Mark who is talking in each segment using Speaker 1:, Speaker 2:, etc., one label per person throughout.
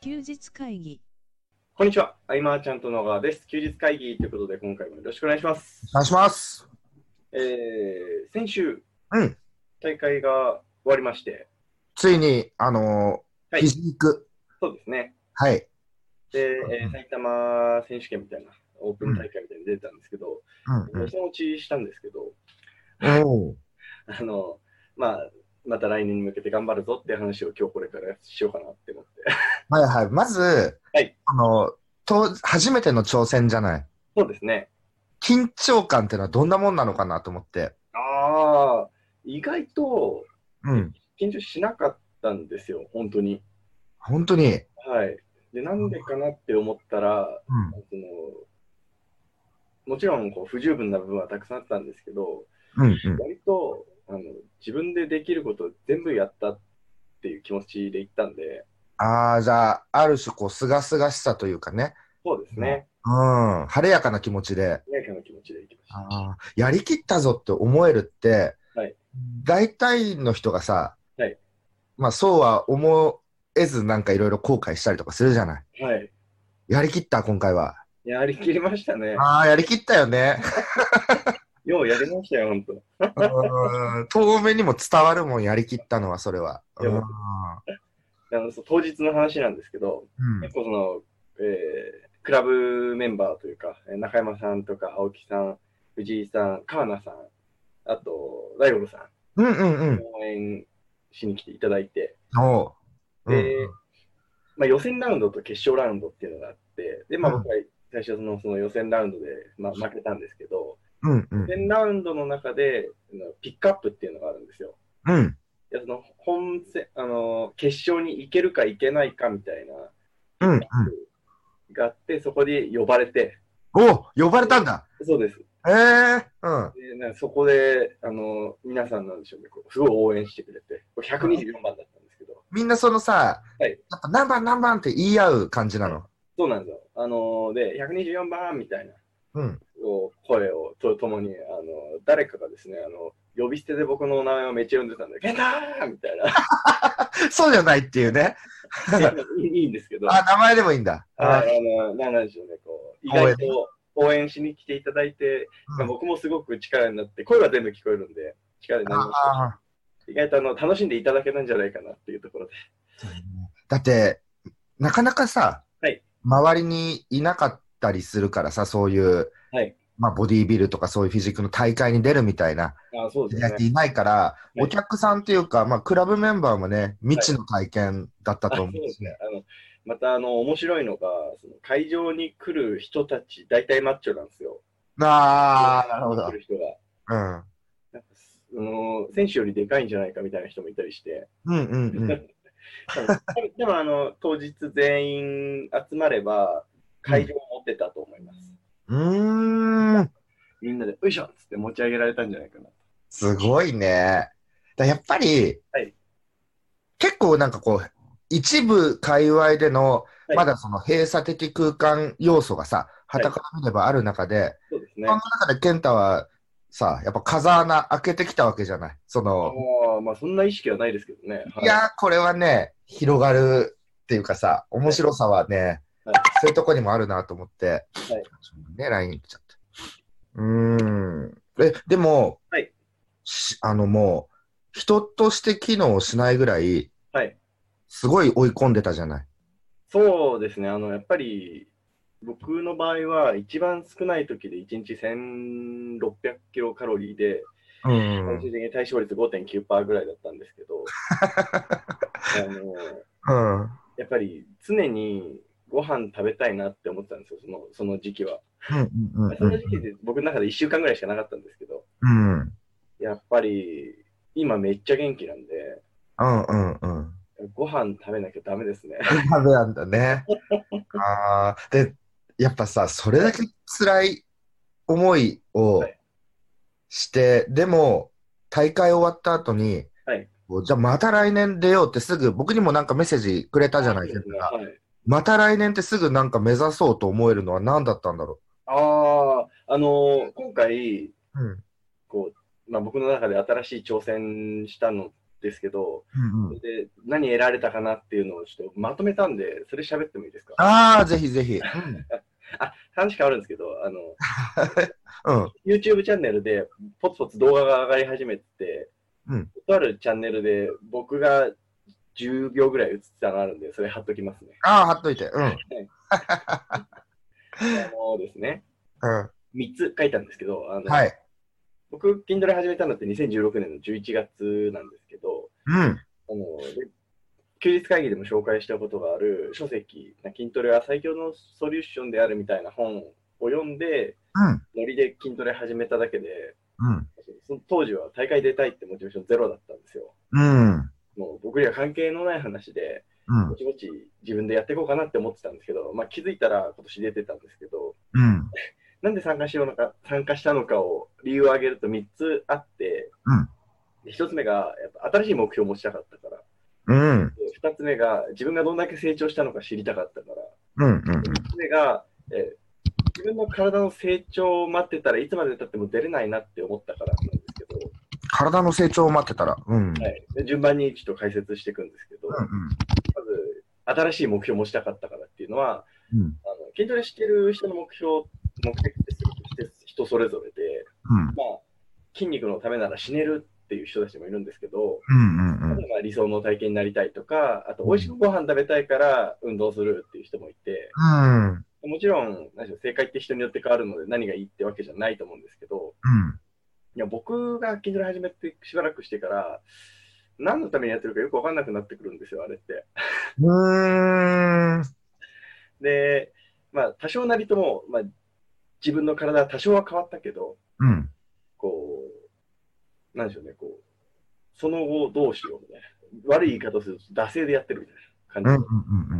Speaker 1: 休日会議
Speaker 2: こんにちは。アイマーちゃんと野川です。休日会議ということで、今回もよろしくお願いします。
Speaker 3: お願いします。
Speaker 2: えー、先週、
Speaker 3: うん
Speaker 2: 大会が終わりまして、
Speaker 3: ついに、あのー
Speaker 2: はい
Speaker 3: フィジーク。
Speaker 2: そうですね。
Speaker 3: はい。
Speaker 2: で、え
Speaker 3: う
Speaker 2: ー
Speaker 3: ん
Speaker 2: 埼玉選手権みたいな、オープン大会みたいに出てたんですけど、
Speaker 3: うん
Speaker 2: 予選落ちしたんですけど、
Speaker 3: うん。おー
Speaker 2: あの、まあ、また来年に向けて頑張るぞっていう話を今日これからしようかなって思 って。
Speaker 3: はいはい。まず、
Speaker 2: はい
Speaker 3: あのと、初めての挑戦じゃない。
Speaker 2: そうですね。
Speaker 3: 緊張感ってのはどんなもんなのかなと思って。
Speaker 2: ああ、意外と
Speaker 3: うん。
Speaker 2: 緊張しなかったんですよ、本当に。
Speaker 3: 本当に。
Speaker 2: はい。で、なんでかなって思ったら、
Speaker 3: うん。
Speaker 2: そのもちろんこう不十分な部分はたくさんあったんですけど、
Speaker 3: うん、うん。
Speaker 2: 割とあの自分でできることを全部やったっていう気持ちで行ったんで、
Speaker 3: ああ、じゃあ、ある種、こう、すがすがしさというかね。
Speaker 2: そうですね、
Speaker 3: うん。晴れやかな気持ちで。
Speaker 2: 穏やかな気持ちで行きました。
Speaker 3: あーやりきったぞって思えるって、
Speaker 2: はい
Speaker 3: 大体の人がさ、
Speaker 2: はい
Speaker 3: まあそうは思えずなんかいろいろ後悔したりとかするじゃない。
Speaker 2: はい。
Speaker 3: やりきった、今回は。
Speaker 2: やりきりましたね。
Speaker 3: ああ、やりきった よね。
Speaker 2: ようやりましたよ、本当。
Speaker 3: うん遠目にも伝わるもん、やりきったのは、それは。
Speaker 2: いや
Speaker 3: うん
Speaker 2: あのそう当日の話なんですけど、
Speaker 3: うん
Speaker 2: 結構その、えークラブメンバーというか、えー中山さんとか青木さん、藤井さん、川名さん、あと大五郎さん、
Speaker 3: うんうん
Speaker 2: 応援しに来ていただいて、
Speaker 3: うん。おう。うん
Speaker 2: で、まあ、予選ラウンドと決勝ラウンドっていうのがあって、で、まあ、
Speaker 3: うん
Speaker 2: 僕は最初そのその予選ラウンドで、まあ、負けたんですけど、
Speaker 3: うんうん
Speaker 2: 予選ラウンドの中であのピックアップっていうのがあるんですよ。
Speaker 3: うん
Speaker 2: でその本戦あの決勝に行けるか行けないかみたいな
Speaker 3: うんうん。
Speaker 2: があって、そこで呼ばれて、
Speaker 3: お呼ばれたんだ。
Speaker 2: そうです。
Speaker 3: ええうん。
Speaker 2: でなんかそこであの皆さんなんでしょうね、こうすごい応援してくれて、これ124番だったんですけど、
Speaker 3: みんなその
Speaker 2: は
Speaker 3: さ、や
Speaker 2: い
Speaker 3: っぱ何番何番って言い合う感じなの。
Speaker 2: そうなんですよ。あので、124番みたいな。
Speaker 3: うん。
Speaker 2: を声をとともにあの誰かがですねあの呼び捨てで僕の名前をめっちゃ呼んでたんで「ケンター!」みたいな
Speaker 3: そうじゃないっていうね。
Speaker 2: いいいいんですけど
Speaker 3: あ、名前でもいいんだ。
Speaker 2: あ
Speaker 3: あ
Speaker 2: のななんでしょうねこう意外と応援しに来ていただいて、
Speaker 3: うん
Speaker 2: まあ、僕もすごく力になって声は全部聞こえるんで力になりました
Speaker 3: あ
Speaker 2: し意外とあの楽しんでいただけたんじゃないかなっていうところで
Speaker 3: だって、なかなかさ、
Speaker 2: はい
Speaker 3: 周りにいなかったりするからさ、そういう、
Speaker 2: はい
Speaker 3: まあ、ボディービルとかそういうフィジックの大会に出るみたいな
Speaker 2: あそうです
Speaker 3: や
Speaker 2: ね
Speaker 3: ついないから、
Speaker 2: い
Speaker 3: お客さんっていうか、まあ、クラブメンバーもね、未知の体験だった
Speaker 2: あ
Speaker 3: と
Speaker 2: そう
Speaker 3: 思う
Speaker 2: です
Speaker 3: し、
Speaker 2: ねあのまたあの面白いのがその会場に来る人たち大体マッチョなんですよ
Speaker 3: あーなるほど
Speaker 2: 来。る人が
Speaker 3: うん。
Speaker 2: なんかすあの選手よりでかいんじゃないかみたいな人もいたり して、
Speaker 3: うんうん うん。
Speaker 2: でもあの当日全員集まれば、会場を持ってたと思います。
Speaker 3: うーん。
Speaker 2: みんなで、よいしょっつって持ち上げられたんじゃないかな。
Speaker 3: すごいね。だやっぱり、
Speaker 2: はい
Speaker 3: 結構なんかこう、一部界隈での、
Speaker 2: はい
Speaker 3: まだその閉鎖的空間要素がさ、
Speaker 2: い
Speaker 3: 旗から見ればある中で、
Speaker 2: そうですね。
Speaker 3: そ
Speaker 2: あ
Speaker 3: の中で健太はさ、やっぱ風穴開けてきたわけじゃない。その、
Speaker 2: ーまあ、そんな意識はないですけどね。はい
Speaker 3: やー、これはね、広がるっていうかさ、面白さはね、
Speaker 2: はい
Speaker 3: そういうとこにもあるなと思って、
Speaker 2: はい
Speaker 3: ね、LINE 行っちゃって。うーん。え、でも、
Speaker 2: はい
Speaker 3: しあのもう、人として機能しないぐらい、
Speaker 2: はい
Speaker 3: すごい追い込んでたじゃない。
Speaker 2: そうですね。あのやっぱり僕の場合は、一番少ない時で1日1600キロカロリーで、
Speaker 3: う
Speaker 2: 最
Speaker 3: ん。
Speaker 2: 終的に体脂肪率5.9%ぐらいだったんですけ ど、あの
Speaker 3: うん。
Speaker 2: やっぱり常にご飯食べたいなって思ってたんですよ、そのその時期は。
Speaker 3: うん。うん。
Speaker 2: その時期で僕の中で1週間ぐらいしかなかったんですけど、
Speaker 3: うん。うん。
Speaker 2: やっぱり今めっちゃ元気なんで、
Speaker 3: うん。うん。うん。
Speaker 2: ご飯食べなきゃダメですね。
Speaker 3: 鍋なん だね。あーで、やっぱさ、それだけ辛い思いを
Speaker 2: はい
Speaker 3: して、でも、大会終わった後に、
Speaker 2: はい
Speaker 3: こうじゃあまた来年出ようってすぐ、僕にもなんかメッセージくれたじゃない
Speaker 2: そう
Speaker 3: です
Speaker 2: ですね
Speaker 3: か。
Speaker 2: はい
Speaker 3: また来年ってすぐなんか目指そうと思えるのは何だったんだろ
Speaker 2: ああ、あのー今回、
Speaker 3: う。うん。
Speaker 2: こうまあ、僕の中で新しい挑戦したのっですけど、
Speaker 3: うんうん、
Speaker 2: で何得られたかなっていうのをちょっとまとめたんで、それ喋ってもいいですか
Speaker 3: ああ、ぜひぜひ。
Speaker 2: 話変わるんですけど、あの、
Speaker 3: うん。
Speaker 2: YouTube チャンネルでポツポツ動画が上がり始めてて、
Speaker 3: うん
Speaker 2: とあるチャンネルで僕が10秒ぐらい映ってたのあるんで、それ貼っときますね。
Speaker 3: ああ、貼っといて。うん。
Speaker 2: あのですね、
Speaker 3: うん。
Speaker 2: 3つ書いたんですけど、あの
Speaker 3: はい。
Speaker 2: 僕、筋トレ始めたのって2016年の11月なんですけど、
Speaker 3: うん。
Speaker 2: あので休日会議でも紹介したことがある書籍、筋トレは最強のソリューションであるみたいな本を読んで、
Speaker 3: うん。
Speaker 2: ノリで筋トレ始めただけで、
Speaker 3: うん。
Speaker 2: その当時は大会出たいってモチベーションゼロだったんですよ。
Speaker 3: うん。
Speaker 2: もう僕には関係のない話で、
Speaker 3: うん
Speaker 2: ぼ。ちぼち自分でやっていこうかなって思ってたんですけど、まあ、気づいたら今年出てたんですけど、
Speaker 3: うん。
Speaker 2: なんで参加しようのか参加したのかを理由を挙げると3つあって、
Speaker 3: うん
Speaker 2: で1つ目がやっぱ新しい目標を持ちたかったから、
Speaker 3: うん。
Speaker 2: で2つ目が自分がどんだけ成長したのか知りたかったから、
Speaker 3: うん。うん。
Speaker 2: 3つ目が、えー自分の体の成長を待ってたらいつまでたっても出れないなって思ったからなんですけど、
Speaker 3: 体の成長を待ってたら。うん。
Speaker 2: はい、で順番にちょっと解説していくんですけど、
Speaker 3: うん。
Speaker 2: まず新しい目標を持ちたかったからっていうのは、
Speaker 3: うん。
Speaker 2: あの筋トレしてる人の目標、目的ってすごく人それぞれで、
Speaker 3: うん。
Speaker 2: まあ、筋肉のためなら死ねるっていう人たちもいるんですけど、
Speaker 3: うん。うん。うん。
Speaker 2: 例えば理想の体型になりたいとか、あと美味しくご飯食べたいから運動するっていう人もいて、
Speaker 3: うん。
Speaker 2: もちろん、何でしょう正解って人によって変わるので何がいいってわけじゃないと思うんですけど、
Speaker 3: うん。
Speaker 2: いや僕が筋トレ始めてしばらくしてから、何のためにやってるかよくわかんなくなってくるんですよ、あれって。
Speaker 3: うーん。
Speaker 2: で、まあ、多少なりとも、まあ、自分の体は多少は変わったけど、
Speaker 3: うん。
Speaker 2: こう、なんでしょうね、こう、その後どうしようみたいな。悪い言い方をすると、惰性でやってるみたいな
Speaker 3: うん。う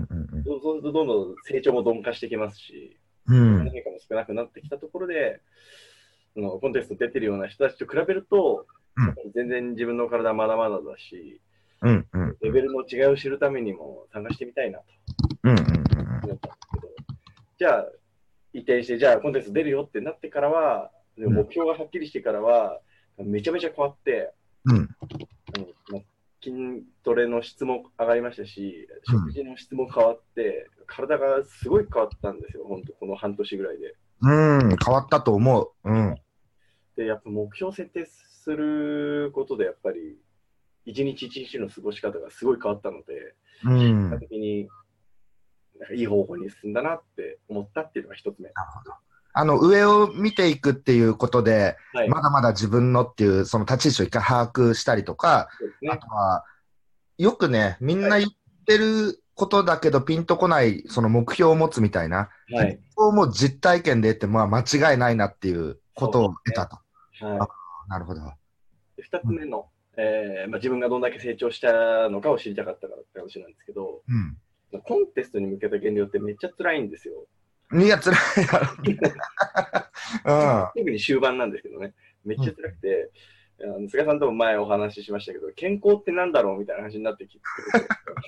Speaker 3: ん。
Speaker 2: 感じ。
Speaker 3: うん。
Speaker 2: そうそうするとどんどん成長も鈍化してきますし、
Speaker 3: うん。うん。
Speaker 2: 変化も少なくなってきたところで、そのコンテスト出てるような人たちと比べると、
Speaker 3: うん
Speaker 2: やっぱり全然自分の体はまだまだだし、
Speaker 3: うん。うん。
Speaker 2: レベルの違いを知るためにも探してみたいなと。
Speaker 3: うん。
Speaker 2: 思ったんですけど、じゃあ、移転して、じゃあコンテンツ出るよってなってからは、で
Speaker 3: うん
Speaker 2: 目標がはっきりしてからは、めちゃめちゃ変わって、
Speaker 3: うん。
Speaker 2: あのま筋トレの質も上がりましたし、
Speaker 3: うん
Speaker 2: 食事の質も変わって、体がすごい変わったんですよ、本当、この半年ぐらいで。
Speaker 3: うん。変わったと思う。うん。
Speaker 2: で、やっぱ目標設定することで、やっぱり、一日一日の過ごし方がすごい変わったので、
Speaker 3: うん。
Speaker 2: 結果的に、なんかいい方向に進んだなって思ったっていうのが一つ目。
Speaker 3: あの、上を見ていくっていうことで、
Speaker 2: はい、
Speaker 3: まだまだ自分のっていう、その立ち位置を一回把握したりとか、
Speaker 2: そうですね
Speaker 3: あとは、よくね、みんな言ってることだけど、ピンとこない、その目標を持つみたいな、
Speaker 2: はい。
Speaker 3: そうもう実体験でって、まあ間違いないなっていうことを得たと。
Speaker 2: は
Speaker 3: なるほど。
Speaker 2: い、2つ目の、えーまあ、自分がどんだけ成長したのかを知りたかったからって話なんですけど、
Speaker 3: う
Speaker 2: コンテストに向けた減量ってめっちゃ辛いんですよ。
Speaker 3: ん。いや、辛いだろうね。
Speaker 2: 特に終盤なんですけどね、めっちゃ辛くて、あの菅さんとも前お話ししましたけど、健康ってなんだろうみたいな話にな ってきて、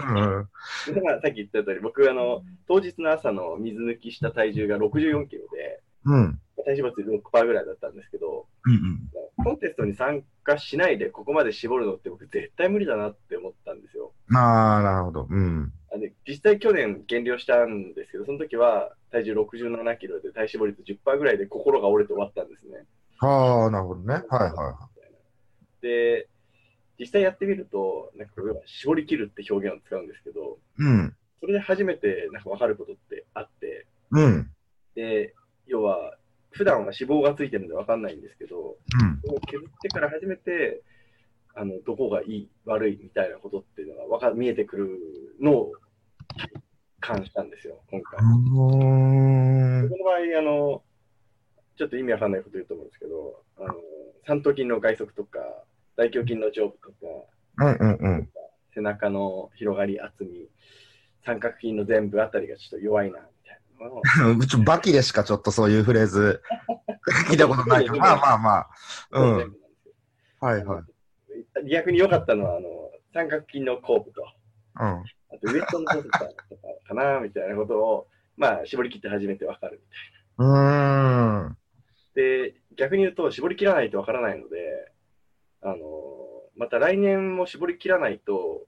Speaker 3: うん。うん。
Speaker 2: だからさっき言った通り、僕あの、当日の朝の水抜きした体重が64キロで、
Speaker 3: うん。
Speaker 2: 体脂肪率6%ぐらいだったんですけど、
Speaker 3: うん。
Speaker 2: コンテストに参加しないでここまで絞るのって僕絶対無理だなって思ったんですよ。
Speaker 3: まあ、なるほど。うん。
Speaker 2: あの実際去年減量したんですけど、その時は体重67キロで体脂肪率10%ぐらいで心が折れて終わったんですね。
Speaker 3: はあ、なるほどね。はいはいは
Speaker 2: で、実際やってみると、なんかこれは絞り切るって表現を使うんですけど、
Speaker 3: い。うん。
Speaker 2: それで初めてなんか分かることってあって、
Speaker 3: うん。
Speaker 2: で、要は、普段は脂肪がついてるんで分かんないんですけど、
Speaker 3: うん。
Speaker 2: それを削ってから初めて、あのどこがいい、悪いみたいなことっていうのがわか見えてくるのを感じたんですよ、今回。
Speaker 3: うん。うん。
Speaker 2: 僕の場合、あの、ちょっと意味わかんないこと言うと思うんですけど、あの、三頭筋の外側とか、大胸筋の上部とか、
Speaker 3: うん。うん。
Speaker 2: 背中の広がり、厚み、三角筋の全部あたりがちょっと弱いな、みたいなのを、
Speaker 3: うち、バキでしかちょっとそういうフレーズ 聞いたことないけ ど、まあまあまあ。う
Speaker 2: 全部
Speaker 3: ん。
Speaker 2: なんですよ
Speaker 3: はいはい。
Speaker 2: 逆に良かったのは、あの、三角筋の後部と、
Speaker 3: うん。
Speaker 2: あとウエストの細さとかかな、みたいなことを、まあ、絞り切って初めてわかるみ
Speaker 3: うー
Speaker 2: た
Speaker 3: ん。
Speaker 2: いな。で、逆に言うと、絞り切らないとわからないので、あの、また来年も絞り切らないと、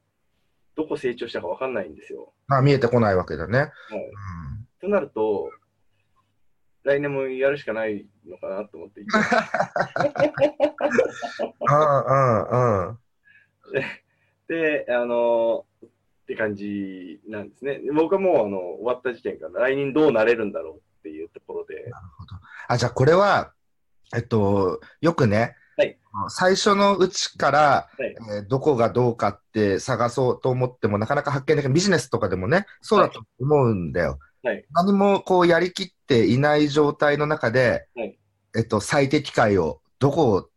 Speaker 2: どこ成長したか分かんないんですよ。
Speaker 3: まあ、見えてこないわけだね。
Speaker 2: はいとなると、来年もやるしかないのかなと思って、
Speaker 3: うん。うん、うん、うん。
Speaker 2: で、あの、って感じなんですね。僕はもうあの終わった時点から、来年どうなれるんだろうっていうところで、
Speaker 3: あ、じゃあこれは、えっと、よくね、
Speaker 2: はい
Speaker 3: 最初のうちから、
Speaker 2: はい
Speaker 3: えーどこがどうかって探そうと思ってもなかなか発見できない。ビジネスとかでもね、そうだと思うんだよ。
Speaker 2: はい
Speaker 3: 何もこうやりきっていない状態の中で、
Speaker 2: はい
Speaker 3: えっと、最適解をどこを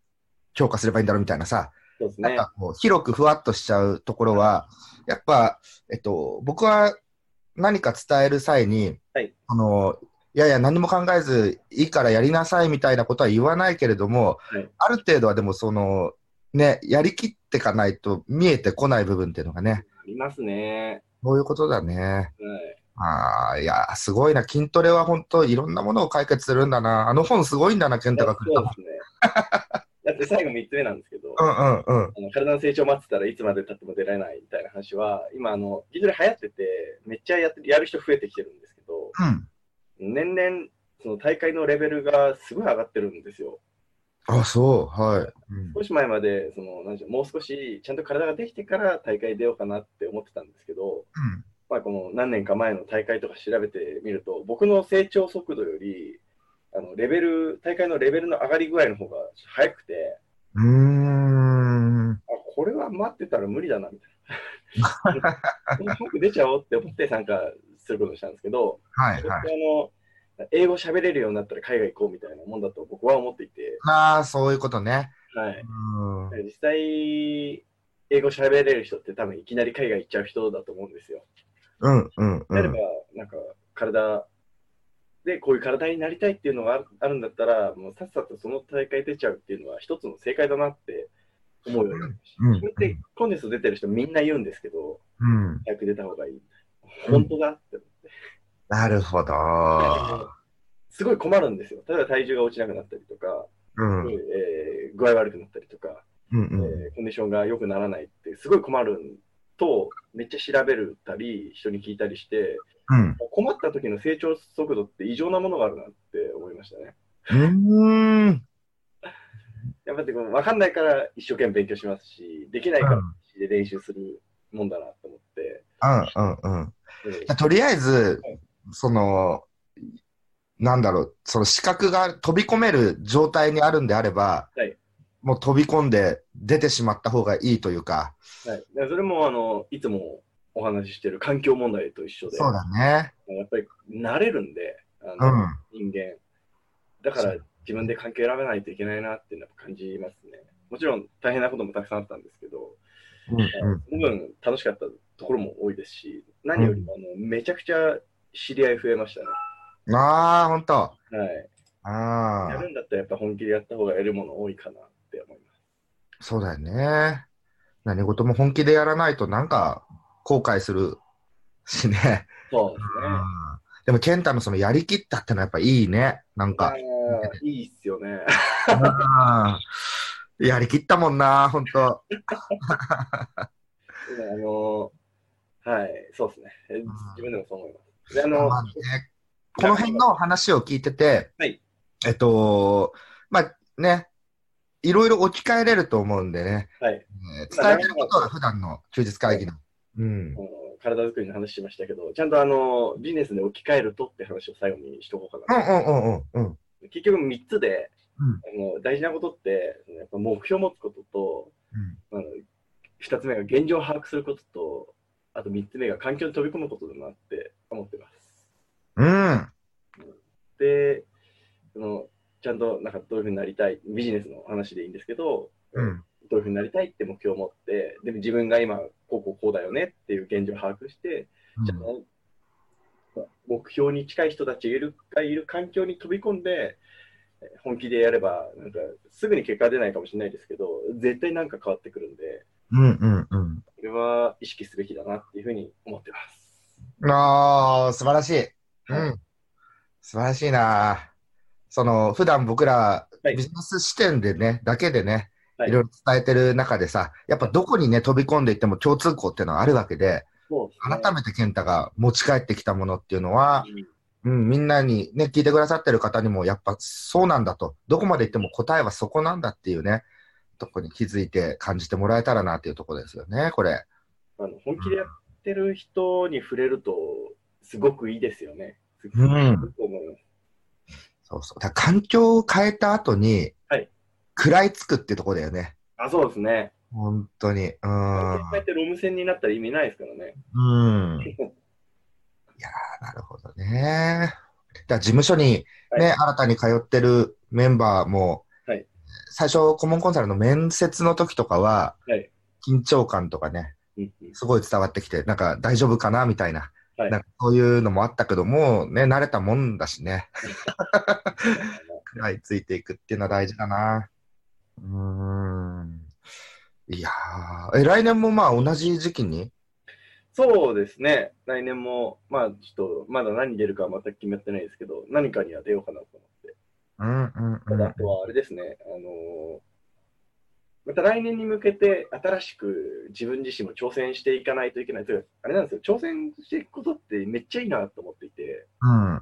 Speaker 3: 強化すればいいんだろうみたいなさ、
Speaker 2: そうです
Speaker 3: なん
Speaker 2: ね。
Speaker 3: かこう広くふわっとしちゃうところは、やっぱ、えっと、僕は何か伝える際に、
Speaker 2: はい
Speaker 3: あのいやいや、何も考えず、いいからやりなさいみたいなことは言わないけれども、
Speaker 2: はい
Speaker 3: ある程度はでも、その、ね、やりきってかないと見えてこない部分っていうのがね、
Speaker 2: ありますね。
Speaker 3: そういうことだね。
Speaker 2: はい。
Speaker 3: ああ、いや、すごいな。筋トレは本当、いろんなものを解決するんだな。あの本すごいんだな、健太がくれ
Speaker 2: そ
Speaker 3: た
Speaker 2: う
Speaker 3: の。
Speaker 2: ですね。 だって最後3つ目なんですけど、
Speaker 3: う
Speaker 2: あ
Speaker 3: んうんうん。
Speaker 2: の体の成長を待ってたらいつまで経っても出られないみたいな話は、今、あの、非常に流行ってて、めっちゃやってやる人増えてきてるんですけど、
Speaker 3: うん。
Speaker 2: 年々、その大会のレベルがすごい上がってるんですよ。
Speaker 3: あ、そう、はい。うん
Speaker 2: 少し前まで、その、なんでしょう、もう少しちゃんと体ができてから大会出ようかなって思ってたんですけど、
Speaker 3: うん
Speaker 2: まあ、この何年か前の大会とか調べてみると、僕の成長速度より、あのレベル、大会のレベルの上がり具合の方が早くて、
Speaker 3: うーん。
Speaker 2: あ、これは待ってたら無理だな、みたいな。 この早く出ちゃおうって思って参加することにしたんですけど、
Speaker 3: はいはい。
Speaker 2: あの英語喋れるようになったら海外行こうみたいなもんだと僕は思っていて、
Speaker 3: まあ、そういうことね。
Speaker 2: はい。
Speaker 3: うん。うん
Speaker 2: 実際、英語喋れる人って多分いきなり海外行っちゃう人だと思うんですよ。
Speaker 3: うんう
Speaker 2: であれば
Speaker 3: ん。、
Speaker 2: なんか体でこういう体になりたいっていうのがあるあるんだったら、もうさっさとその大会出ちゃうっていうのは一つの正解だなって思うようになりました。
Speaker 3: うんうん
Speaker 2: それってコンテスト出てる人みんな言うんですけど、
Speaker 3: うん。
Speaker 2: 早く出た方がいい。
Speaker 3: うん
Speaker 2: 本当だって。
Speaker 3: なるほど。
Speaker 2: すごい困るんですよ。例えば体重が落ちなくなったりとか、
Speaker 3: うん。うん
Speaker 2: えー具合悪くなったりとか、
Speaker 3: うん。
Speaker 2: えーコンディションが良くならないってすごい困るんとめっちゃ調べるたり人に聞いたりして
Speaker 3: うん。
Speaker 2: 困った時の成長速度って異常なものがあるなって思いましたね。
Speaker 3: うん。うん。
Speaker 2: やっぱりこう分かんないから一生懸命勉強しますしできないから必死で練習するもんだなと思って、
Speaker 3: うん。うん。
Speaker 2: うん
Speaker 3: とりあえず
Speaker 2: はい、
Speaker 3: その、なんだろう、その資格が飛び込める状態にあるんであれば
Speaker 2: はい、
Speaker 3: もう飛び込んで出てしまった方がいいというか、
Speaker 2: はい、だからそれもあのいつもお話ししてる環境問題と一緒で
Speaker 3: そうだね。
Speaker 2: やっぱり慣れるんで
Speaker 3: う
Speaker 2: あの、人
Speaker 3: ん。
Speaker 2: 間。だから自分で環境選べないといけないなっていうのは感じますね。もちろん大変なこともたくさんあったんですけど、
Speaker 3: うんうん。
Speaker 2: その分楽しかったところも多いですし、何よりもあのめちゃくちゃ知り合い増えました
Speaker 3: ああ、ほんと。
Speaker 2: ね。はい。
Speaker 3: あ
Speaker 2: や
Speaker 3: あ
Speaker 2: る。んだったらやっぱ本気でやった方が得るもの多いかなって思います。
Speaker 3: そうだよね。何事も本気でやらないとなんか後悔するしね。
Speaker 2: そうです
Speaker 3: う
Speaker 2: ね。
Speaker 3: んでも、健太のそのやりきったってのはやっぱいいね。なん
Speaker 2: まあ
Speaker 3: か。、
Speaker 2: いいっすよね。
Speaker 3: うんやりきったもんな、ほんと。
Speaker 2: であの、はい、そうですね。え自分でもそう思います。で、あの、
Speaker 3: まあ
Speaker 2: は
Speaker 3: ねこの辺の話を聞いてて、
Speaker 2: はい
Speaker 3: えっと、まあね、いろいろ置き換えれると思うんでね、
Speaker 2: い、
Speaker 3: えー伝えてることは普段の休日会議の。うん
Speaker 2: あ。の体作りの話しましたけど、ちゃんとあのビジネスで置き換えるとって話を最後にしとこうか
Speaker 3: うん
Speaker 2: な。
Speaker 3: うんうんうんうん。
Speaker 2: 結局3つで、あの大事なことって、やっぱ目標を持つことと、
Speaker 3: うん
Speaker 2: あの2つ目が現状を把握することと、あと3つ目が環境に飛び込むことだなって思ってます。
Speaker 3: うん。
Speaker 2: で、そのちゃんとなんかどういうふうになりたい、ビジネスの話でいいんですけど、
Speaker 3: うん。
Speaker 2: どういうふうになりたいって目標を持って、でも自分が今、こうこうこうだよねっていう現状を把握して、じゃあ目標に近い人たちがいるがいる環境に飛び込んで、えー本気でやれば、なんかすぐに結果は出ないかもしれないですけど、絶対なんか変わってくるんで、
Speaker 3: うんうんうん。
Speaker 2: これは意識すべきだなっていうふうに思ってます。
Speaker 3: ああ、素晴らしい。う
Speaker 2: は
Speaker 3: ん。素晴らしいな。その、普段僕ら、
Speaker 2: はい
Speaker 3: ビジネス視点でね、だけでね、
Speaker 2: はい
Speaker 3: いろいろ伝えてる中でさ、やっぱどこにね、飛び込んでいっても共通項っていうのはあるわけで、
Speaker 2: そうですね
Speaker 3: 改めて健太が持ち帰ってきたものっていうのは、
Speaker 2: うん
Speaker 3: うん、みんなにね、聞いてくださってる方にも、やっぱそうなんだと、どこまで行っても答えはそこなんだっていうね、とこに気づいて感じてもらえたらなっていうとこですよね、これ。
Speaker 2: あの本気でやってる人に触れると、すごくいいですよね。すごく思います
Speaker 3: そうそう。だから環境を変えた後に、
Speaker 2: はい
Speaker 3: 食らいつくってとこだよね。
Speaker 2: あ、そうですね。
Speaker 3: 本当に。う
Speaker 2: こ
Speaker 3: ん。
Speaker 2: うやってロム線になったら意味ないですからね。
Speaker 3: うん。いやー、なるほどね。だから事務所にね、
Speaker 2: はい
Speaker 3: 新たに通ってるメンバーも、
Speaker 2: はい
Speaker 3: 最初、顧問コンサルの面接の時とかは、
Speaker 2: はい
Speaker 3: 緊張感とかね、
Speaker 2: うんうん
Speaker 3: すごい伝わってきて、なんか大丈夫かなみたいな、
Speaker 2: はい
Speaker 3: なんかそういうのもあったけども、ね、慣れたもんだしね。 食らいついていくっていうのは大事だな。うーん。いやー、え、来年もまあ同じ時期に
Speaker 2: そうですね。来年も、まあ、ちょっと、まだ何出るかは全く決めてないですけど、何かには出ようかなと思って。
Speaker 3: うんうんう
Speaker 2: た
Speaker 3: ん
Speaker 2: だ、あとはあれですね。あのーまた来年に向けて、新しく自分自身も挑戦していかないといけないというかあれなんですよ。挑戦していくことってめっちゃいいなと思っていて、
Speaker 3: うん。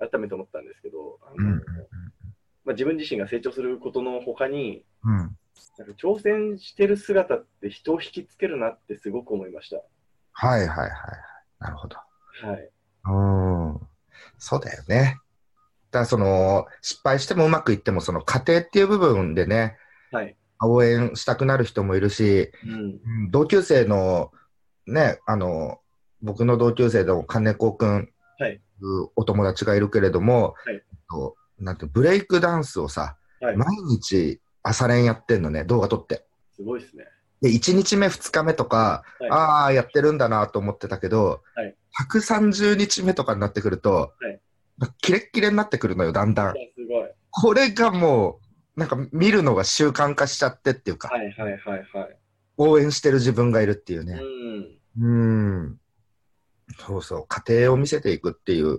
Speaker 2: 改めて思ったんですけど、あ
Speaker 3: う
Speaker 2: の
Speaker 3: ん
Speaker 2: ーまあ、自分自身が成長することの他に、
Speaker 3: うん。
Speaker 2: なんか挑戦してる姿って人を引きつけるなってすごく思いました。
Speaker 3: はいはいはいはい。なるほど。
Speaker 2: はい。
Speaker 3: うん。そうだよね。だからその、失敗してもうまくいっても、その過程っていう部分でね、
Speaker 2: はい。
Speaker 3: 応援したくなる人もいるし、
Speaker 2: うん。
Speaker 3: うん同級生の、ね、あの、僕の同級生の金子くん、
Speaker 2: はい
Speaker 3: お友達がいるけれども、
Speaker 2: はい
Speaker 3: えっとなんていうのブレイクダンスをさ、
Speaker 2: はい
Speaker 3: 毎日朝練やってんのね、動画撮って。
Speaker 2: すごいですね。
Speaker 3: で、1日目、2日目とか、
Speaker 2: はい
Speaker 3: ああ、やってるんだなと思ってたけど、
Speaker 2: はい
Speaker 3: 130日目とかになってくると、
Speaker 2: はい
Speaker 3: キレッキレになってくるのよ、だんだん
Speaker 2: い。やすごい。
Speaker 3: これがもう、なんか見るのが習慣化しちゃってっていうか、
Speaker 2: はいはいはいはい。
Speaker 3: 応援してる自分がいるっていうね。
Speaker 2: うん。
Speaker 3: うん。そうそう、家庭を見せていくっていう、
Speaker 2: そう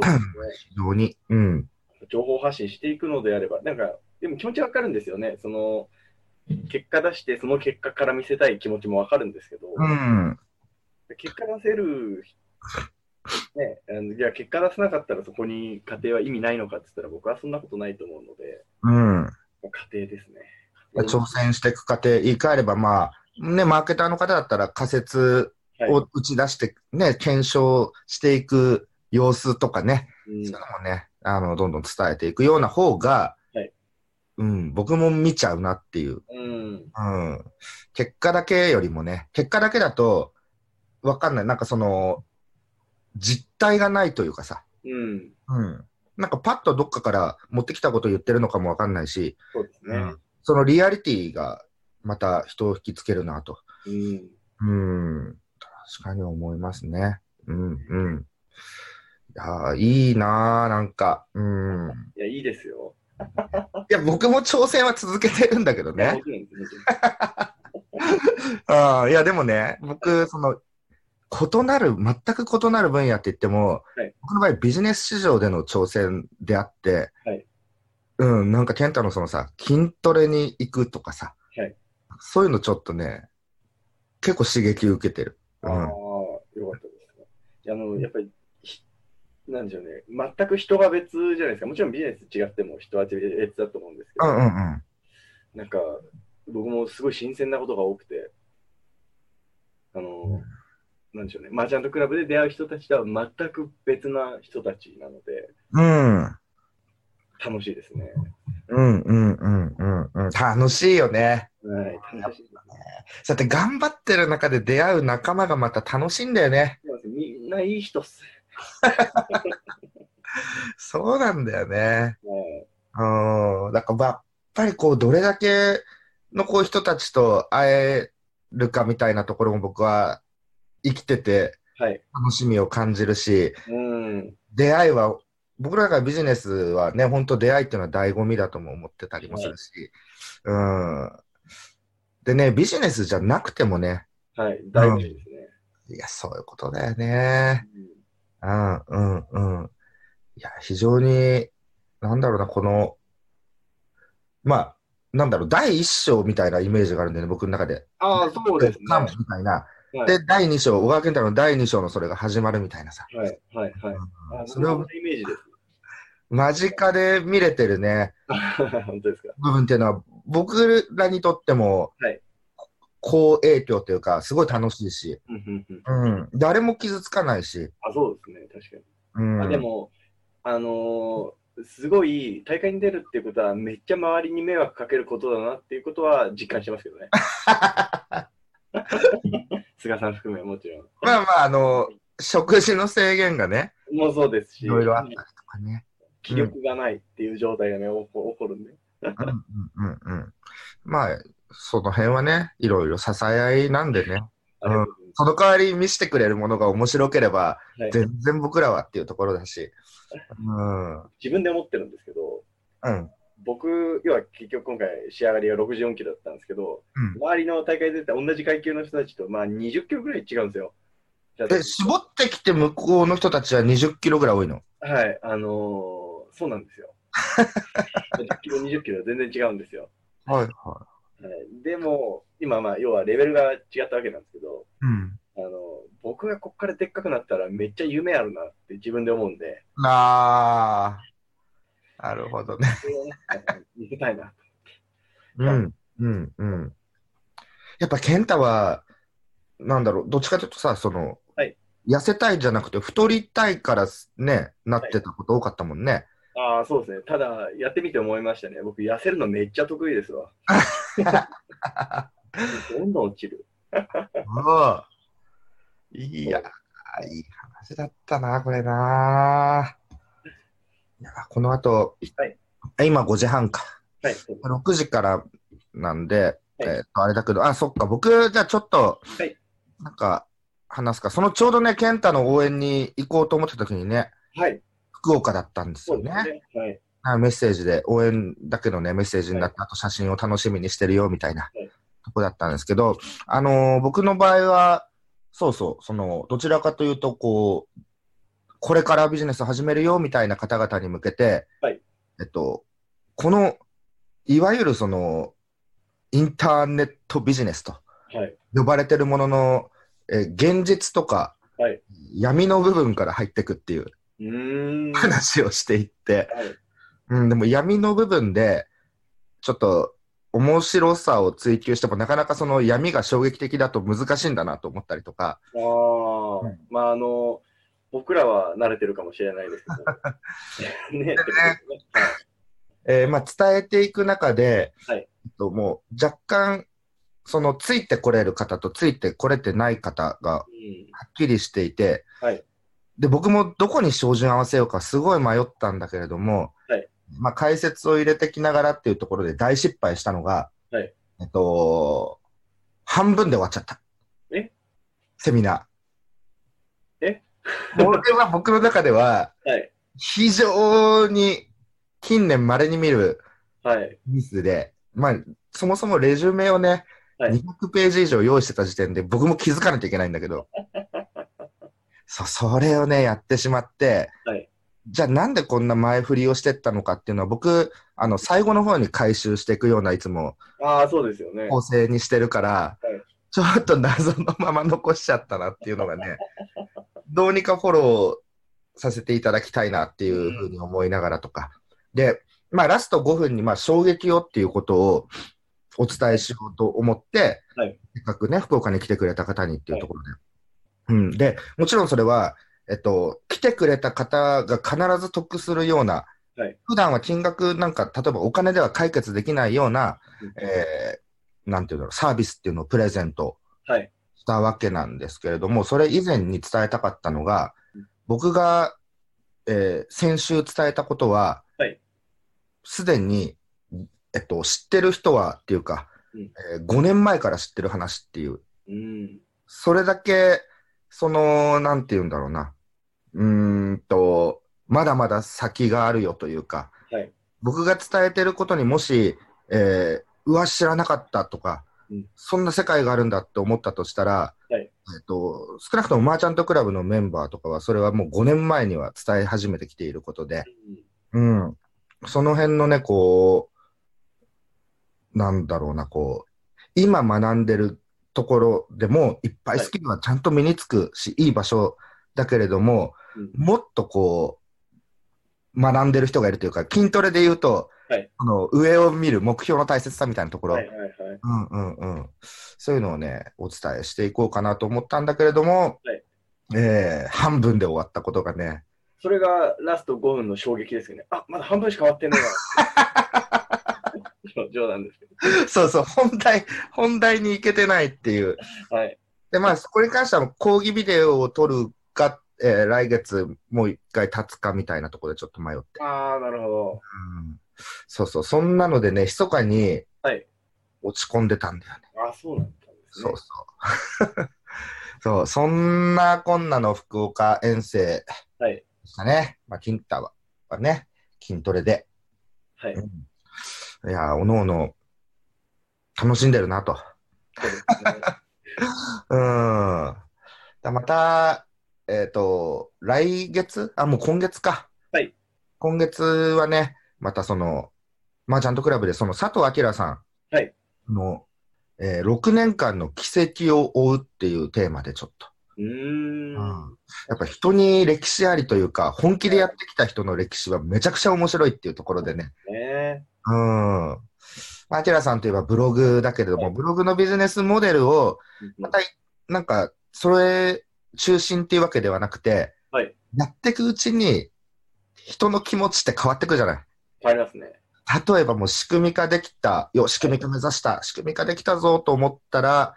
Speaker 2: ですね。
Speaker 3: 非常に、うん。
Speaker 2: 情報発信していくのであれば、なんか、でも気持ちわかるんですよね。その、結果出して、その結果から見せたい気持ちもわかるんですけど、
Speaker 3: うん。
Speaker 2: 結果出せる、ね、あのいや、結果出せなかったらそこに家庭は意味ないのかって言ったら、僕はそんなことないと思うので、
Speaker 3: うん。
Speaker 2: 家庭ですね。
Speaker 3: 挑戦していく過程、言い換えれば、まあ、ね、マーケターの方だったら仮説を打ち出して、ね、検証していく様子とかね、
Speaker 2: うん
Speaker 3: そういうのもね、あの、どんどん伝えていくような方が、
Speaker 2: はい
Speaker 3: うん、僕も見ちゃうなっていう。
Speaker 2: うん。
Speaker 3: うん。結果だけよりもね、結果だけだと、わかんない。なんかその、実体がないというかさ、
Speaker 2: うん。
Speaker 3: うん。なんかパッとどっかから持ってきたことを言ってるのかもわかんないし、
Speaker 2: そうですね。
Speaker 3: そのリアリティがまた人を引きつけるなと。
Speaker 2: うん。
Speaker 3: うん。確かに思いますね。うんうん。いやーいいなーなんか。うん。
Speaker 2: いや、いいですよ。
Speaker 3: いや、僕も挑戦は続けてるんだけど
Speaker 2: いやも
Speaker 3: ね。
Speaker 2: ちろんですもちろん
Speaker 3: ああ、いや、でもね、僕、その、異なる、全く異なる分野って言っても、
Speaker 2: はい
Speaker 3: 僕の場合ビジネス市場での挑戦であって、
Speaker 2: はい
Speaker 3: うん、なんか健太のそのさ、筋トレに行くとかさ、
Speaker 2: はい
Speaker 3: そういうのちょっとね、結構刺激受けてる。う
Speaker 2: ああ
Speaker 3: ん、、
Speaker 2: よかったですね。いやあの、やっぱり、ひなんでしょうね、全く人が別じゃないですか。もちろんビジネス違っても人は別だと思うんですけ
Speaker 3: う
Speaker 2: ど、
Speaker 3: んうんうん。
Speaker 2: なんか、僕もすごい新鮮なことが多くて、あの、なんでしょうね、マーチャントクラブで出会う人たちとは全く別な人たちなので、
Speaker 3: うん。
Speaker 2: 楽しいですね。
Speaker 3: うんうんうんうんうん。楽しいよね。
Speaker 2: はい、楽しいですね
Speaker 3: さて、頑張ってる中で出会う仲間がまた楽しいんだよね。
Speaker 2: すいません。みんないい人っす。
Speaker 3: そうなんだよね。
Speaker 2: はい
Speaker 3: うん。だから、やっぱりこう、どれだけのこう人たちと会えるかみたいなところも僕は生きてて
Speaker 2: はい。
Speaker 3: 楽しみを感じるし、
Speaker 2: うん。
Speaker 3: 出会いは、僕らがビジネスはね、本当出会いっていうのは醍醐味だとも思ってたりもするし、うん。でね、ビジネスじゃなくてもね、
Speaker 2: はい。大事ですね。
Speaker 3: いや、そういうことだよね。うん、うん、うん。いや、非常に、なんだろうな、この、まあ、なんだろう、第一章みたいなイメージがあるんだよね、僕の中で。
Speaker 2: ああ、そうですね。
Speaker 3: カン
Speaker 2: は
Speaker 3: プみたいな。
Speaker 2: い、
Speaker 3: で、第二章、小川健太郎の第二章のそれが始まるみたいなさ。
Speaker 2: はい、はい、はい。あ
Speaker 3: う
Speaker 2: あ
Speaker 3: ん
Speaker 2: ー、
Speaker 3: そ
Speaker 2: そ
Speaker 3: れ
Speaker 2: れ
Speaker 3: を
Speaker 2: はイメージです。
Speaker 3: 間近で見れてるね、
Speaker 2: 本当ですか。
Speaker 3: 部分っていうのは、僕らにとっても
Speaker 2: はい、
Speaker 3: 好影響というか、すごい楽しいし、
Speaker 2: うんうんうん。
Speaker 3: うん、誰も傷つかないし、
Speaker 2: あ、そうですね、確かに。
Speaker 3: うん、
Speaker 2: あでも、あのーすごい大会に出るっていうことは、めっちゃ周りに迷惑かけることだなっていうことは実感してますけ どね。菅さん含め、もちろん。
Speaker 3: まあまあ、あの、食事の制限がね、
Speaker 2: もうそうですし、
Speaker 3: いろいろあったりとかね。
Speaker 2: 気力がないっていう状態がね、起こ起こるんで。
Speaker 3: うんうんうんうん。まあ、その辺はね、いろいろ支え合いなんでね、
Speaker 2: あれ、うん、
Speaker 3: その代わり見せてくれるものが面白ければ、
Speaker 2: はい
Speaker 3: 全然僕らはっていうところだ し、うん、うん、
Speaker 2: 自分で思ってるんですけど、
Speaker 3: うん、
Speaker 2: 僕、要は結局今回、仕上がりが64キロだったんですけど、
Speaker 3: うん
Speaker 2: 周りの大会出て同じ階級の人たちと、まあ、20キロぐらい違うんですよ。
Speaker 3: え、絞ってきて向こうの人たちは20キロぐらい多いの。
Speaker 2: はい、あのーそうなんですよ。10キロ、20キロ全然違うんですよ。
Speaker 3: はいはい。
Speaker 2: はい、でも、今、まあ、要はレベルが違ったわけなんですけど、
Speaker 3: うん。
Speaker 2: あのー僕がここからでっかくなったらめっちゃ夢あるなって自分で思うんで、
Speaker 3: あー、なるほどね。
Speaker 2: それをね見せたいな。
Speaker 3: うん、うん、うん。やっぱ健太は、なんだろう、どっちかというとさ、その、
Speaker 2: はい
Speaker 3: 痩せたいじゃなくて太りたいからね、なってたこと多かったもんね。
Speaker 2: ああ、そうですね。ただ、やってみて思いましたね。僕、痩せるのめっちゃ得意ですわ。どんどん落ちる。
Speaker 3: うんいやー、いい話だったな、これな。いやこの後、
Speaker 2: はい
Speaker 3: 今5時半か。
Speaker 2: はい。
Speaker 3: 6時からなんで、
Speaker 2: はい
Speaker 3: えーっと、あれだけど、あ、そっか、僕、じゃあちょっと、
Speaker 2: はい
Speaker 3: なんか、話すか。そのちょうどね、健太の応援に行こうと思った時にね、
Speaker 2: はい。
Speaker 3: 福岡だったんです
Speaker 2: そ
Speaker 3: よ
Speaker 2: うで
Speaker 3: ね。
Speaker 2: すね。はい。
Speaker 3: あメッセージで、応援だけのね、メッセージになって、あと写真を楽しみにしてるよ、みたいな
Speaker 2: はい
Speaker 3: とこだったんですけど、あのー僕の場合は、そうそう、その、どちらかというと、こう、これからビジネス始めるよ、みたいな方々に向けて、
Speaker 2: はい
Speaker 3: えっと、この、いわゆるその、インターネットビジネスと
Speaker 2: はい。
Speaker 3: 呼ばれてるものの、えー現実とか、
Speaker 2: はい
Speaker 3: 闇の部分から入ってくっていう
Speaker 2: うーん。はい。
Speaker 3: 話をしていって、うん、でも闇の部分で、ちょっと面白さを追求しても、なかなかその闇が衝撃的だと難しいんだなと思ったりとか、
Speaker 2: ああ、
Speaker 3: うん
Speaker 2: まああの僕らは慣れてるかもしれないです けどねってことですね
Speaker 3: えーまあ、伝えていく中で、
Speaker 2: はい
Speaker 3: えっともう若干、そのついてこれる方とついてこれてない方がはっきりしていて、
Speaker 2: はい
Speaker 3: で僕もどこに照準合わせようかすごい迷ったんだけれども、
Speaker 2: はい
Speaker 3: まあ、解説を入れてきながらっていうところで大失敗したのが、
Speaker 2: はい
Speaker 3: えっと、半分で終わっちゃった。
Speaker 2: え
Speaker 3: セミナー。
Speaker 2: え
Speaker 3: これは僕の中では
Speaker 2: うんはい
Speaker 3: 非常に近年まれに見る
Speaker 2: はい
Speaker 3: ミスで、まあ、そもそもレジュメをね、
Speaker 2: はい
Speaker 3: 200ページ以上用意してた時点で僕も気づかなきゃいけないんだ けど、そそれをね、やってしまって、
Speaker 2: はい
Speaker 3: じゃあなんでこんな前振りをしてったのかっていうのは僕、あの、最後の方に回収していくようないつも
Speaker 2: ああそうですよね
Speaker 3: 構成にしてるから、
Speaker 2: はい
Speaker 3: ちょっと謎のまま残しちゃったなっていうの がね、どうにかフォローさせていただきたいなっていうふうに思いながらとか。で、まあラスト5分にまあ衝撃をっていうことをお伝えしようと思って、
Speaker 2: はい
Speaker 3: せっかくね、福岡に来てくれた方にっていうところで。うん、で、もちろんそれは、えっと、来てくれた方が必ず得するような、
Speaker 2: はい
Speaker 3: 普段は金額なんか、例えばお金では解決できないような、えーなんていうんだろう、サービスっていうのをプレゼント
Speaker 2: はい
Speaker 3: したわけなんですけれども、それ以前に伝えたかったのが
Speaker 2: うん、
Speaker 3: 僕が、えー先週伝えたことは
Speaker 2: はい、
Speaker 3: すで、に、えっと、知ってる人はっていうか、
Speaker 2: うん
Speaker 3: え5年前から知ってる話っていう、
Speaker 2: うん
Speaker 3: それだけ、その、なんていうんだろうな、うーんと、まだまだ先があるよというか、
Speaker 2: はい
Speaker 3: 僕が伝えてることにもし、えーうわ、知らなかったとか、
Speaker 2: うん
Speaker 3: そんな世界があるんだって思ったとしたら、
Speaker 2: はい
Speaker 3: えっと少なくともマーチャントクラブのメンバーとかは、それはもう5年前には伝え始めてきていることで、うん、その辺のね、こう、なんだろうな、こう、今学んでるところでも、いっぱいスキルはちゃんと身につくし、い、い場所だけれども、
Speaker 2: うん
Speaker 3: もっとこう、学んでる人がいるというか、筋トレで言うと、
Speaker 2: はい
Speaker 3: あの上を見る目標の大切さみたいなところ、
Speaker 2: はいはいはい。
Speaker 3: うんうんうん、そういうのをね、お伝えしていこうかなと思ったんだけれども、
Speaker 2: はい
Speaker 3: えー半分で終わったことがね、
Speaker 2: それがラスト5分の衝撃ですよね。あまだ半分しか終わって ないわ。冗談ですけ
Speaker 3: そうそう、本題、本題に行けてないっていう。
Speaker 2: ど。はい。
Speaker 3: で、まあ、そこに関しては、講義ビデオを撮るか、えー来月もう一回立つかみたいなところでちょっと迷って。
Speaker 2: ああ、なるほど。
Speaker 3: うん、そうそう、そんなのでね、密かに
Speaker 2: はい
Speaker 3: 落ち込んでたんだよね。
Speaker 2: ああ、そうだったんです
Speaker 3: そ
Speaker 2: ね
Speaker 3: う。そう。 そう、そんなこんなの福岡遠征
Speaker 2: はい
Speaker 3: でしたね。まあ、金太ははね、筋トレで。
Speaker 2: はい。
Speaker 3: いやー、おのおの楽しんでるなと。
Speaker 2: そうですね
Speaker 3: うん。だまた、えっ、と、来月あ、もう今月か。
Speaker 2: はい。
Speaker 3: 今月はね、またその、マーチャントクラブで、その佐藤明さん
Speaker 2: はい
Speaker 3: の、えー6年間の軌跡を追うっていうテーマでちょっと。
Speaker 2: うーん。
Speaker 3: やっぱ人に歴史ありというか、本気でやってきた人の歴史はめちゃくちゃ面白いっていうところでね。
Speaker 2: ね
Speaker 3: うん。まあ、アキラさんといえばブログだけれども、ブログのビジネスモデルを、また、なんか、それ中心っていうわけではなくて、
Speaker 2: はい
Speaker 3: やっていくうちに、人の気持ちって変わってくじゃない。
Speaker 2: 変わりますね。
Speaker 3: 例えばもう仕組み化できた、よ、仕組み化目指した、仕組み化できたぞと思ったら、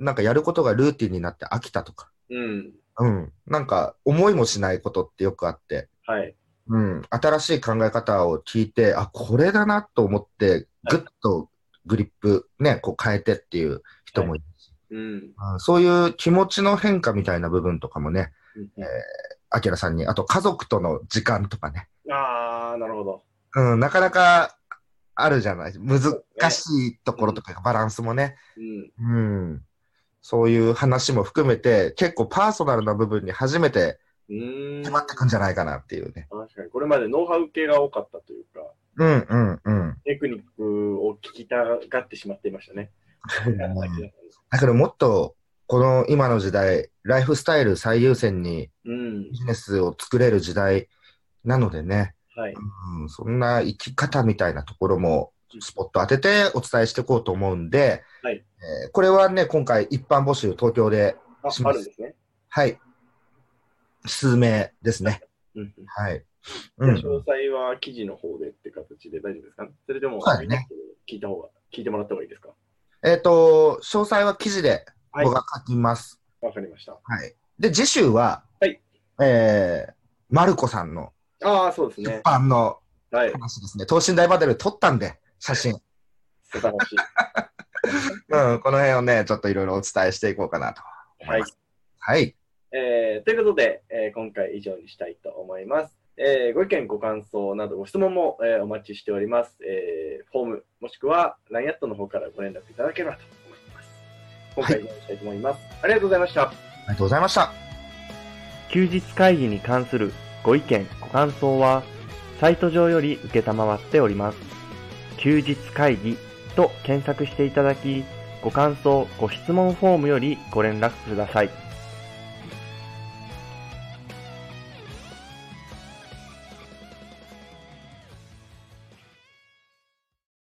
Speaker 3: なんかやることがルーティンになって飽きたとか、
Speaker 2: うん。
Speaker 3: うん。なんか、思いもしないことってよくあって、
Speaker 2: はい。
Speaker 3: うん、新しい考え方を聞いて、あ、これだなと思って、ぐっとグリップ、ね、こう変えてっていう人もいるし、
Speaker 2: うん。
Speaker 3: うんそういう気持ちの変化みたいな部分とかもね、
Speaker 2: うん
Speaker 3: アキラさんに、あと家族との時間とかね、
Speaker 2: ああ、なるほど。
Speaker 3: うん、なかなかあるじゃない、難しいところとか、バランスもね、
Speaker 2: うん。
Speaker 3: うん、そういう話も含めて、結構パーソナルな部分に初めて
Speaker 2: うーん。
Speaker 3: 決まってくんじゃないかなっていうね。
Speaker 2: 確かに、これまでノウハウ系が多かったというか、
Speaker 3: うんうんうん。
Speaker 2: テクニックを聞きたがってしまっていました ね。
Speaker 3: だけどもっとこの今の時代、ライフスタイル最優先に
Speaker 2: うん
Speaker 3: ビ。ジネスを作れる時代なのでね、
Speaker 2: はい。
Speaker 3: うん、そんな生き方みたいなところもスポット当ててお伝えしていこうと思うんで、
Speaker 2: はい
Speaker 3: えーこれはね、今回一般募集東京で、
Speaker 2: あ、
Speaker 3: しま
Speaker 2: あ
Speaker 3: す
Speaker 2: るんですね。
Speaker 3: はい、数名ですね。
Speaker 2: うんうん
Speaker 3: はい。う
Speaker 2: 詳
Speaker 3: ん、
Speaker 2: 細は記事の方でって形で大丈夫ですかねそれでも、
Speaker 3: そうですね
Speaker 2: 聞いた方が、聞いてもらった方がいいですか
Speaker 3: えっ、と、詳細は記事で
Speaker 2: はい。
Speaker 3: 僕
Speaker 2: わ
Speaker 3: が書きます。
Speaker 2: かりました。
Speaker 3: はい。で、次週は、
Speaker 2: はい
Speaker 3: えー、マルコさんの
Speaker 2: ああ、そうです
Speaker 3: 出
Speaker 2: ね。
Speaker 3: 版の、
Speaker 2: はい。
Speaker 3: 話ですね。等身大バトル撮ったんで、写 真。
Speaker 2: 素晴らし
Speaker 3: うん、この辺をね、ちょっといろいろお伝えしていこうかなと。
Speaker 2: い。はい。
Speaker 3: はい。
Speaker 2: えーということで、えー今回以上にしたいと思います。えーご意見、ご感想などご質問も、えーお待ちしております。えーフォーム、もしくは LINE アットの方からご連絡いただければと思います。今回以上にしたいと思います。ありがとうございました。
Speaker 3: ありがとうございました。
Speaker 1: 休日会議に関するご意見、ご感想は、サイト上より受けたまわっております。休日会議と検索していただき、ご感想、ご質問フォームよりご連絡ください。